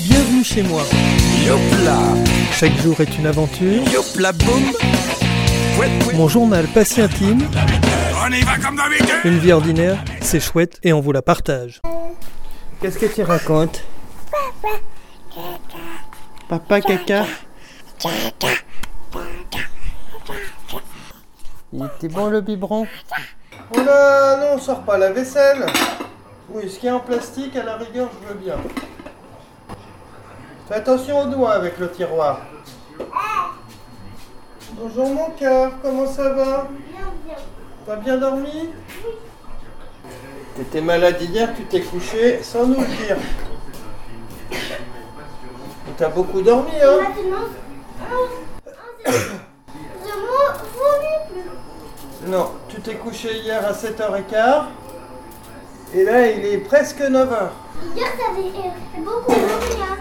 Bienvenue chez moi. Yopla, Chaque jour est une aventure. yopla boum. Pouet, pouet. Mon journal pas si intime. On y va comme d'habitude. Une vie ordinaire, c'est chouette et on vous la partage. Qu'est-ce que tu racontes Papa caca. Il était bon le biberon Oh là, non, on sort pas la vaisselle Oui, ce qui est en plastique, à la rigueur, je veux bien. Fais attention aux doigts avec le tiroir. Bonjour mon cœur, comment ça va T'as bien dormi T'étais malade hier, tu t'es couché sans nous le dire. T'as beaucoup dormi, hein Maintenant, un, un zéro. Je m'en remets plus. Non, tu t'es couché hier à 7h15 et là il est presque 9h. Hier, t'avais euh, beaucoup dormi, hein.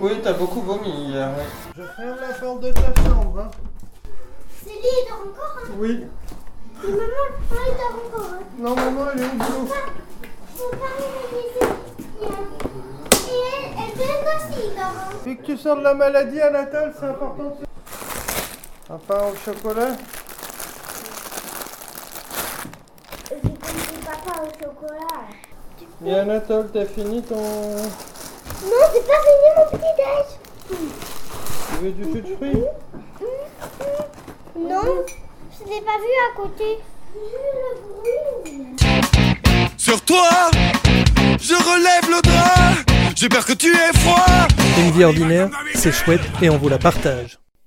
Oui, t'as beaucoup vomi hier. oui. Je ferme la porte de ta chambre. hein. C'est lui, il dort encore, hein. Oui. Et maman, maman, il dort encore, hein. Non, maman, elle est au boulot. Faut pas réveiller ses filles, hein. Et elle, elle donne aussi, il dort, hein. Dès que tu sors de la maladie à Natal, c'est important de se... Un pain au chocolat J'ai compris papa au chocolat. Et Anatole, t'as fini ton... Non, c'est pas fini mon petit-déj. Tu veux du jus de fruits Non, je l'ai pas vu à côté. le bruit. Sur toi, je relève le drap. J'ai peur que tu aies froid. Une vie ordinaire, c'est chouette et on vous la partage.